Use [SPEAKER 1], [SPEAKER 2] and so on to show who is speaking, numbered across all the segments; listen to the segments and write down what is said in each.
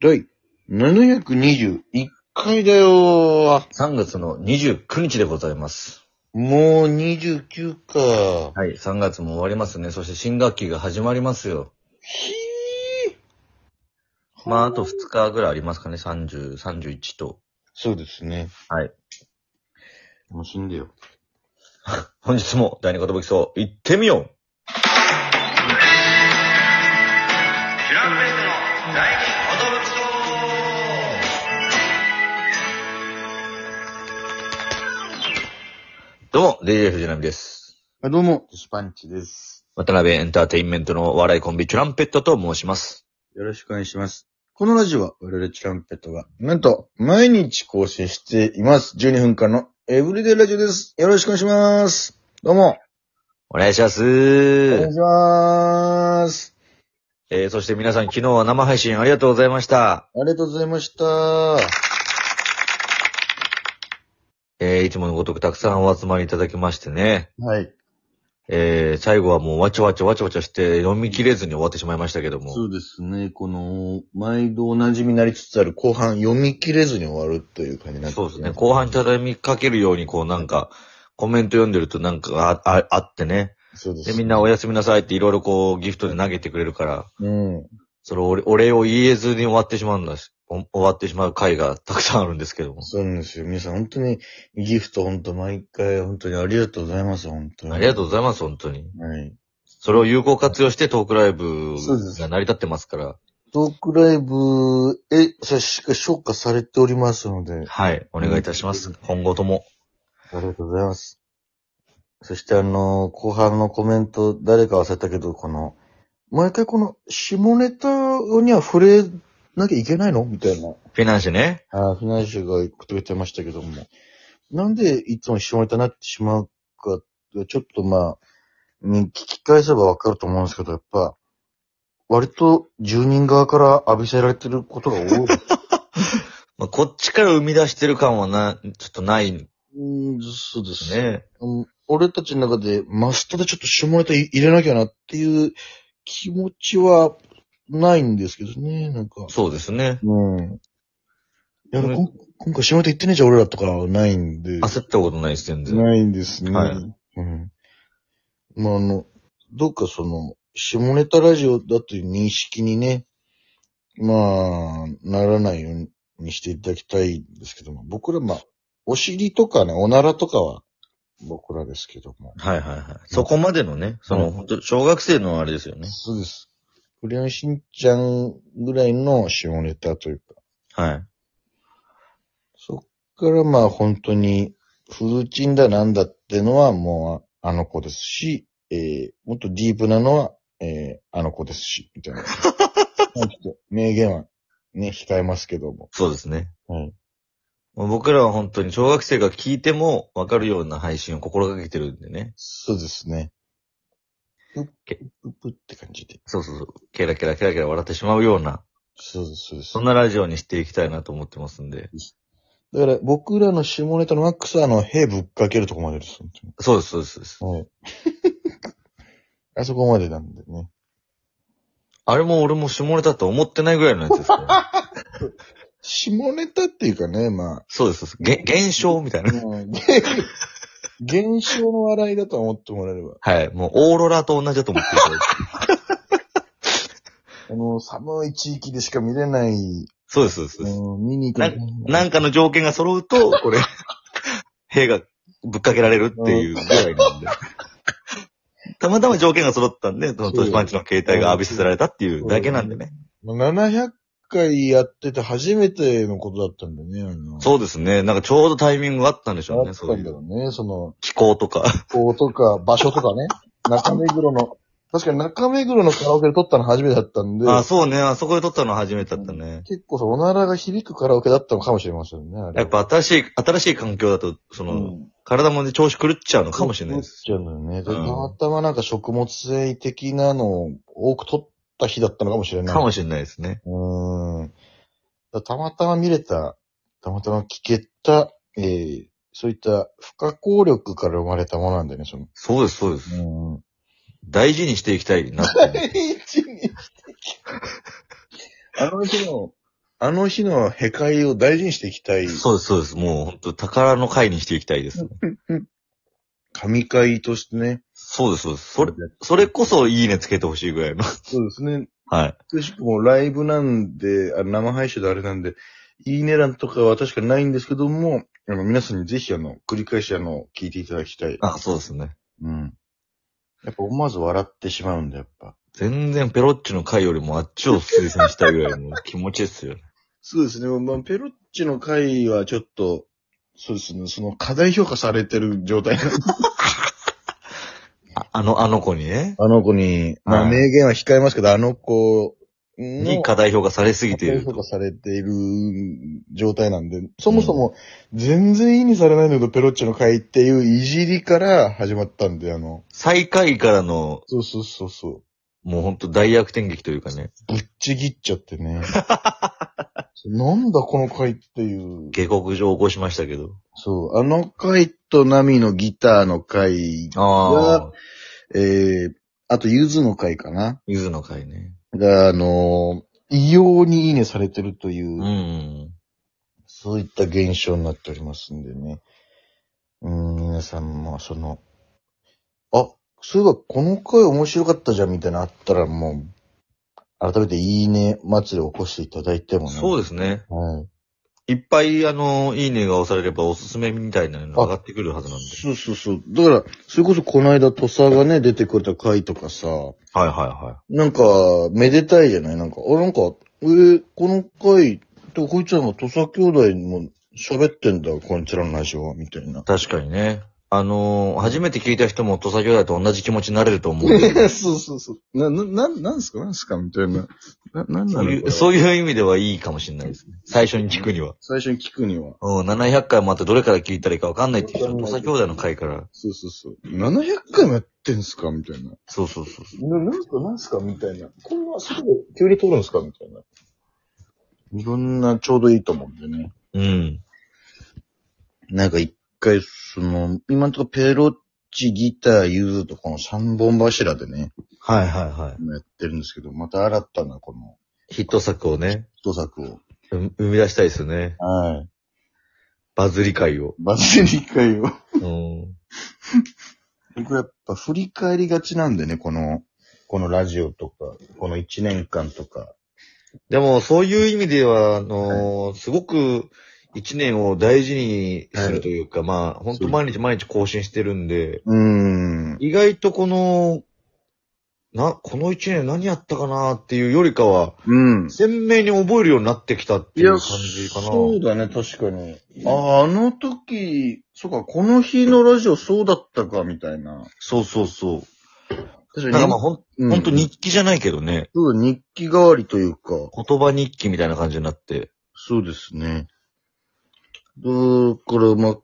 [SPEAKER 1] 第721回だよー。
[SPEAKER 2] 3月の29日でございます。
[SPEAKER 1] もう29か。
[SPEAKER 2] はい。3月も終わりますね。そして新学期が始まりますよ。
[SPEAKER 1] ひー。
[SPEAKER 2] まあ、あと2日ぐらいありますかね。30、31と。
[SPEAKER 1] そうですね。
[SPEAKER 2] はい。
[SPEAKER 1] 楽しんでよ。
[SPEAKER 2] 本日も第二言武器層、行ってみよ
[SPEAKER 1] キランベストの第
[SPEAKER 2] うどうも、DJ 藤波です。
[SPEAKER 1] あ、どうも、スパンチです。
[SPEAKER 2] 渡辺エンターテインメントのお笑いコンビ、チュランペットと申します。
[SPEAKER 1] よろしくお願いします。このラジオは、我々チュランペットが、なんと、毎日更新しています。12分間のエブリデイラジオです。よろしくお願いします。どうも、
[SPEAKER 2] お願いします。
[SPEAKER 1] お願いします。
[SPEAKER 2] えー、そして皆さん昨日は生配信ありがとうございました。
[SPEAKER 1] ありがとうございました。
[SPEAKER 2] えー、いつものごとくたくさんお集まりいただきましてね。
[SPEAKER 1] はい。
[SPEAKER 2] えー、最後はもうわちゃわちゃわちゃわちゃして飲み切れずに終わってしまいましたけども。
[SPEAKER 1] そうですね。この、毎度お馴染みになりつつある後半読み切れずに終わるという感じになって
[SPEAKER 2] そうですね。後半畳みかけるように、こうなんか、コメント読んでるとなんかあ、あ、あってね。
[SPEAKER 1] そうです
[SPEAKER 2] で、
[SPEAKER 1] ね。
[SPEAKER 2] みんなおやすみなさいっていろいろこうギフトで投げてくれるから、
[SPEAKER 1] うん。
[SPEAKER 2] そのお礼お礼を言えずに終わってしまうんだし、お終わってしまう回がたくさんあるんですけども。
[SPEAKER 1] そうなんですよ。皆さん本当にギフト本当毎回本当にありがとうございます。本当に。
[SPEAKER 2] ありがとう
[SPEAKER 1] う。
[SPEAKER 2] ございます、本当に。
[SPEAKER 1] はい。
[SPEAKER 2] それを有効活用してトークライブ
[SPEAKER 1] そうです
[SPEAKER 2] が成り立ってますから、
[SPEAKER 1] トークライブへ差し支え消化されておりますので、
[SPEAKER 2] はい、お願いいたします。今後とも。
[SPEAKER 1] ありがとうございます。そしてあの、後半のコメント、誰か忘れたけど、この、毎回この、下ネタには触れなきゃいけないのみたいな。
[SPEAKER 2] フィナンシェね。
[SPEAKER 1] ああ、フィナンシェが言ってくれてましたけども。なんでいつも下ネタになってしまうか、ちょっとまあ、ね聞き返せばわかると思うんですけど、やっぱ、割と住人側から浴びせられてることが多い。
[SPEAKER 2] まあ、こっちから生み出してる感はな、ちょっとないんで
[SPEAKER 1] うん、そうです
[SPEAKER 2] すね。
[SPEAKER 1] うん俺たちの中でマストでちょっと下ネタ入れなきゃなっていう気持ちはないんですけどね、なんか。
[SPEAKER 2] そうですね。
[SPEAKER 1] うん。いや、
[SPEAKER 2] これ
[SPEAKER 1] こん今回下ネタ言ってねえじゃん、俺らとかはないんで。
[SPEAKER 2] 焦ったことないです、全然。
[SPEAKER 1] ないんですね。
[SPEAKER 2] はい
[SPEAKER 1] うん。まあ、あの、どっかその、下ネタラジオだという認識にね、まあ、ならないようにしていただきたいんですけども、僕らまあ、お尻とかね、おならとかは、僕らですけども。
[SPEAKER 2] はいはいはい。そこまでのね、その、本当小学生のあれですよね。
[SPEAKER 1] そうです。クレヨンしんちゃんぐらいの下ネタというか、
[SPEAKER 2] はい。
[SPEAKER 1] そっからまあ本当に、フルチンだなんだってのはもうあの子ですし、えー、もっとディープなのは、えー、あの子ですし、みたい な。まあちょっと名言はね、控えますけども。
[SPEAKER 2] そうですね。
[SPEAKER 1] はい。
[SPEAKER 2] もう僕らは本当に小学生が聞いてもわかるような配信を心がけてるんでね。
[SPEAKER 1] そうですね。ぷっぷ
[SPEAKER 2] け
[SPEAKER 1] っぷっぷって感じで。
[SPEAKER 2] そうそうそう。ケラケラケラケラ笑ってしまうような、
[SPEAKER 1] そうです、そうです。
[SPEAKER 2] そんなラジオにしていきたいなと思ってますんで。
[SPEAKER 1] だから僕らの下ネタのマックスはあの、兵ぶっかけるとこまでです。本当に
[SPEAKER 2] そうです、そうですそうです。
[SPEAKER 1] はい。あそこまでなんでね。
[SPEAKER 2] あれも俺も下ネタと思ってないぐらいのやつです から。
[SPEAKER 1] 下ネタっていうかね、まあ、
[SPEAKER 2] そうです、そうです。げ、現象みたいな。
[SPEAKER 1] うん現象の笑いだとは思ってもらえれば。
[SPEAKER 2] はい。もうオーロラと同じだと思っていただいて。
[SPEAKER 1] あの、寒い地域でしか見れない、
[SPEAKER 2] そうです、そうです
[SPEAKER 1] あ
[SPEAKER 2] そうです。
[SPEAKER 1] の見に行かない。
[SPEAKER 2] なんかの条件が揃うと、これ、 兵がぶっかけられるっていうぐらいな んで。たまたま条件が揃ったんで、そのトシパンチの携帯が浴びせられたっていうだけなんでね。
[SPEAKER 1] 700回やってて初めてのことだったんだよね。あの
[SPEAKER 2] そうですね。なんかちょうどタイミングがあったんでしょう
[SPEAKER 1] あ
[SPEAKER 2] ね。
[SPEAKER 1] った
[SPEAKER 2] そうい
[SPEAKER 1] んだ
[SPEAKER 2] う
[SPEAKER 1] ろうね。その、
[SPEAKER 2] 気候とか。
[SPEAKER 1] こうとか、場所とかね。中目黒の、確かに中目黒のカラオケで撮ったの初めてだったんで、
[SPEAKER 2] あ、そうね。あそこで撮ったの初めてだったね。
[SPEAKER 1] 結構さ、おならが響くカラオケだったのかもしれませんね。あれ
[SPEAKER 2] やっ、ぱ新しい、新しい環境だと、その、
[SPEAKER 1] うん
[SPEAKER 2] 体もね、調子狂っちゃうのかもしれないです。
[SPEAKER 1] そうなっちゃうんだよね。
[SPEAKER 2] うん
[SPEAKER 1] たまたまなんか食物繊維的なのを多く取った日だったのかもしれない。
[SPEAKER 2] かもしれないですね。
[SPEAKER 1] うーん。だたまたま見れた、たまたま聞けた、えー、そういった不可抗力から生まれたものなんだよね、その。
[SPEAKER 2] そうです、そうです。
[SPEAKER 1] うん。
[SPEAKER 2] 大事にしていきたいなって。
[SPEAKER 1] あの日の、あの日のへかりを大事にしていきたい。
[SPEAKER 2] そうです、そうです。もう本当宝の会にしていきたいです。
[SPEAKER 1] 神会としてね。
[SPEAKER 2] そうです、そうです。それ、それこそいいねつけてほしいぐらいの。
[SPEAKER 1] そうですね。
[SPEAKER 2] はい。
[SPEAKER 1] くしくもライブなんで、あ生配信であれなんで、いいね欄とかは確かにないんですけども、あの皆さんにぜひあの、繰り返しあの、聞いていただきたい。
[SPEAKER 2] あ、そうですね。
[SPEAKER 1] うん。やっぱ思わず笑ってしまうんだ、やっぱ。
[SPEAKER 2] 全然ペロッチの会よりもあっちを推薦したいぐらいの気持ちですよね。
[SPEAKER 1] そうですね。まあ、ペロッチの回はちょっと、そうですね。その、過大評価されてる状態。
[SPEAKER 2] ああの、あの子にね。
[SPEAKER 1] あの子に、まあ、
[SPEAKER 2] はい
[SPEAKER 1] 名言は控えますけど、あの子の
[SPEAKER 2] に過大評価されすぎている
[SPEAKER 1] 評。価されている状態なんで、そもそも全然意味されないんだけど、ペロッチの会っていういじりから始まったんで、あの、
[SPEAKER 2] 最下位からの、
[SPEAKER 1] そうそうそうそう。
[SPEAKER 2] もう本当大逆転劇というかね、
[SPEAKER 1] ぶっちぎっちゃって ね。なんだこの回っていう。
[SPEAKER 2] 下克上を起こしましたけど。
[SPEAKER 1] そう、あの回とナミのギターの回、
[SPEAKER 2] ああ、
[SPEAKER 1] えー、あとゆずの回かな。
[SPEAKER 2] ゆずの会ね。
[SPEAKER 1] が、あのー異様にいいねされてるというう、
[SPEAKER 2] ん。
[SPEAKER 1] そういった現象になっておりますんでね。うん、皆さんもその、あ、そういえばこの回面白かったじゃんみたいなのあったらもう、改めていいね祭りを起こしていただいてもね。
[SPEAKER 2] そう
[SPEAKER 1] う
[SPEAKER 2] ですね。
[SPEAKER 1] はい。
[SPEAKER 2] いっぱい、あの、いいねが押されればおすすめみたいなのが上がってくるはずなんで。
[SPEAKER 1] そうそうそう。だから、それこそこの間土佐がね、出てくれた回とかさ、
[SPEAKER 2] はいはいはい。。
[SPEAKER 1] なんか、めでたいじゃないなんか、あ、なんか、えーこの回、とこいつらの土佐兄弟も喋ってんだ、こいつらのラジオは、みたいな
[SPEAKER 2] 確かにね。あのー初めて聞いた人も土佐兄弟と同じ気持ちになれると思う。
[SPEAKER 1] そうそうそう。な、な、なん、なんすかなんすかみたいな。な、なんな
[SPEAKER 2] そうい
[SPEAKER 1] の
[SPEAKER 2] うそういう意味ではいいかもしれないですね。最初に聞くには。
[SPEAKER 1] 最初に聞くには。
[SPEAKER 2] うん、700回もあってどれから聞いたらいいかわかんないって人は土佐兄弟の回から。
[SPEAKER 1] そうそうそう。700回もやってんすかみたいな。
[SPEAKER 2] そうそうそうそう。
[SPEAKER 1] な、なんすかなんすかみたいな。こんな、そこで急に通るんすかみたいな。いろんな、ちょうどいいと思うんでね。
[SPEAKER 2] うん。
[SPEAKER 1] なんか一回、その、今んとこペロッチ、ギター、ユズとこの三本柱でね、
[SPEAKER 2] はいはいはい。
[SPEAKER 1] やってるんですけど、また新たなこの、
[SPEAKER 2] ヒット作をね、
[SPEAKER 1] 一作を。
[SPEAKER 2] う生み出したいですよね。
[SPEAKER 1] はい。
[SPEAKER 2] バズり会を。
[SPEAKER 1] バズり会を。
[SPEAKER 2] うん。
[SPEAKER 1] 僕やっぱ振り返りがちなんでね、この、このラジオとか、この一年間とか。
[SPEAKER 2] でも、そういう意味では、あのーすごく、一年を大事にするというか、まあ、本当毎日毎日更新してるんで、
[SPEAKER 1] うーん。
[SPEAKER 2] 意外とこの、な、この一年何やったかなっていうよりかは、
[SPEAKER 1] うん。
[SPEAKER 2] 鮮明に覚えるようになってきたっていう感じかな。
[SPEAKER 1] そうだね、確かに。ああ、あの時、そうか、この日のラジオそうだったか、みたいな。
[SPEAKER 2] そうそうそう。
[SPEAKER 1] 確
[SPEAKER 2] だからまあ、ほん、
[SPEAKER 1] うん
[SPEAKER 2] ほんと日記じゃないけどね、
[SPEAKER 1] そうだ日記代わりというか。
[SPEAKER 2] 言葉日記みたいな感じになって。
[SPEAKER 1] そうですね。だから、まあ、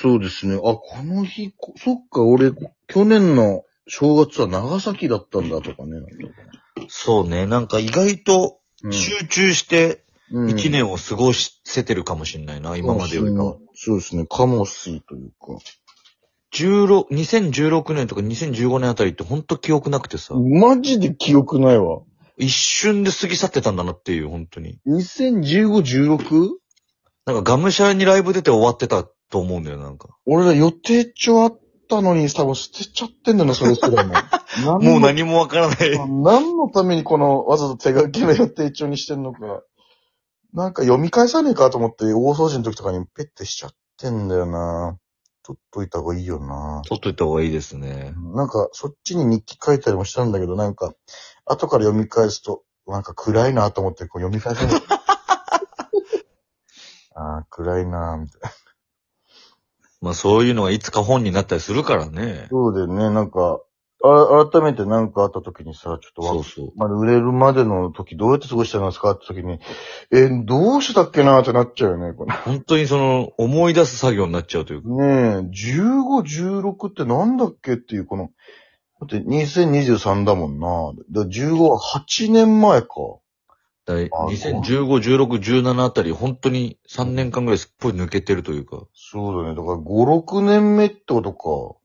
[SPEAKER 1] そうですね。あ、この日、こそっか、俺、去年の正月は長崎だったんだとかね。
[SPEAKER 2] そうね、なんか意外と集中して
[SPEAKER 1] うん
[SPEAKER 2] 一年を過ごせてるかもしれないな、今までよりかは。。
[SPEAKER 1] そうですね。カモスというか。
[SPEAKER 2] 16 2016年とか2015年あたりってほんと記憶なくてさ、
[SPEAKER 1] マジで記憶ないわ。
[SPEAKER 2] 一瞬で過ぎ去ってたんだなっていう、本当に。
[SPEAKER 1] 2015、16?
[SPEAKER 2] なんかがむしゃらにライブ出て終わってたと思うんだよ、なんか。
[SPEAKER 1] 俺ら予定帳あったのに、多分捨てちゃってんだな、それす らも。
[SPEAKER 2] もう何もわからない。
[SPEAKER 1] 何のためにこのわざと手書きの予定帳にしてんのか。なんか読み返さねえかと思って大掃除の時とかにペッてしちゃってんだよな。取っといた方がいいよな。
[SPEAKER 2] 取っといた方がいいですね。
[SPEAKER 1] なんかそっちに日記書いたりもしたんだけど、なんか後から読み返すと、なんか暗いなと思ってこう読み返せ ない。ああ、暗いなみたいな。
[SPEAKER 2] まあそういうのがいつか本になったりするからね。
[SPEAKER 1] そうだよね、なんか、あ改めてなんかあった時にさ、ちょっとわ
[SPEAKER 2] そうそう。
[SPEAKER 1] まあ、売れるまでの時どうやって過ごしてたんですかって時に、え、どうしてたっけなってなっちゃうよね、これ。
[SPEAKER 2] 本当にその思い出す作業になっちゃうというか。
[SPEAKER 1] ねえ、15、16ってなんだっけっていう、この、だって2023だもんな。だ15は8年前か。
[SPEAKER 2] だい
[SPEAKER 1] あ
[SPEAKER 2] 2015、16、17あたり本当に3年間ぐらいすっぽり抜けてるというか。
[SPEAKER 1] そうだね。だから5、6年目ってことか。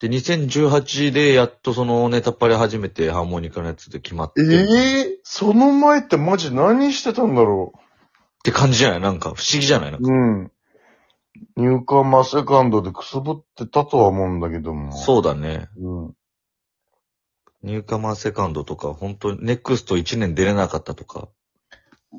[SPEAKER 2] で、2018でやっとそのネタパレ始めてハーモニカのやつで決まって。
[SPEAKER 3] ええその前ってマジ何してたんだろ
[SPEAKER 2] って感じじゃないなんか不思議じゃないなん
[SPEAKER 3] う
[SPEAKER 2] か。
[SPEAKER 3] うん。入管マセカンドでくすぶってたとは思うんだけども。
[SPEAKER 2] そうだね。
[SPEAKER 3] うん。
[SPEAKER 2] ニューカマーセカンドとか、本当にネクスト1年出れなかったとか。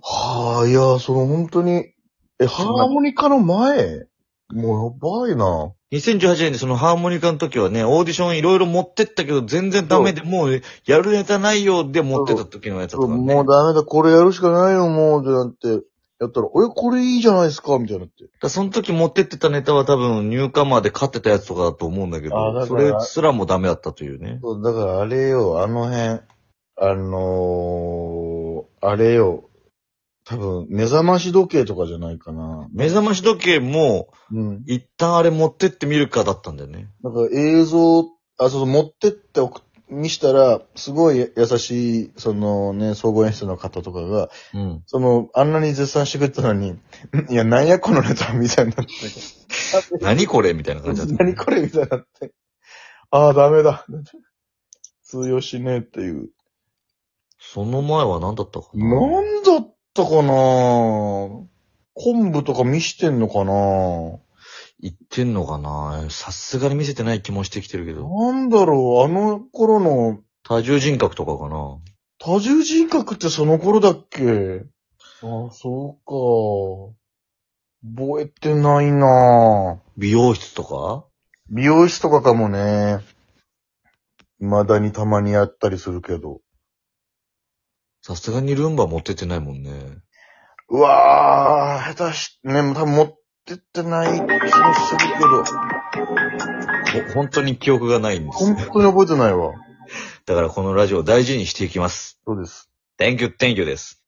[SPEAKER 3] はあ、いや、その本当に、え、ハーモニカの前もうやばいな。
[SPEAKER 2] 2018年でそのハーモニカの時はね、オーディションいろいろ持ってったけど、全然ダメで、もうやるネタないよで持ってた時のやつだったからね。
[SPEAKER 3] もうダメだ、これやるしかないよ、もう、ってなって、やったら、え、これいいじゃないですか、みたいになって。
[SPEAKER 2] だからその時持ってってたネタは多分ニューカマーで勝ってたやつとかだと思うんだけ
[SPEAKER 3] あ
[SPEAKER 2] ど、
[SPEAKER 3] だ
[SPEAKER 2] そ
[SPEAKER 3] から
[SPEAKER 2] れすらもダメだったというね。
[SPEAKER 1] そう、だからあれよ、あの辺、あのー、あれよ、多分、目覚まし時計とかじゃないかな。
[SPEAKER 2] 目覚まし時計も、
[SPEAKER 1] うん。
[SPEAKER 2] 一旦あれ持ってってみるかだったんだよね。
[SPEAKER 1] なんか映像、あ、そうそう、持ってっておく、にしたら、すごい優しい、そのね、総合演出の方とかが、
[SPEAKER 2] うん。
[SPEAKER 1] その、あんなに絶賛してくれたのに、 いや、なんやこのネタみたいになって。
[SPEAKER 2] 何これみたいな感じだった。
[SPEAKER 1] 何これみたいになって。ああ、ダメだ。通用しねえっていう。
[SPEAKER 2] その前は何だったかな
[SPEAKER 1] なんだったかな昆布とか見してんのかな
[SPEAKER 2] 言ってんのかなさすがに見せてない気もしてきてるけど。
[SPEAKER 1] なんだろう、あの頃の
[SPEAKER 2] 多重人格とかかな
[SPEAKER 1] 多重人格ってその頃だっけああ、そうか。覚えてないな
[SPEAKER 2] 美容室とか
[SPEAKER 1] 美容室とかかもね。未だにたまにやったりするけど。
[SPEAKER 2] さすがにルンバ持ってってないもんね。
[SPEAKER 1] うわー、下手し、ね、多分持ってってない気もするけど。
[SPEAKER 2] ほ本当に記憶がないんです。
[SPEAKER 1] 本当に覚えてないわ。
[SPEAKER 2] だからこのラジオを大事にしていきます。
[SPEAKER 1] そうです。
[SPEAKER 2] Thank you, thank you です。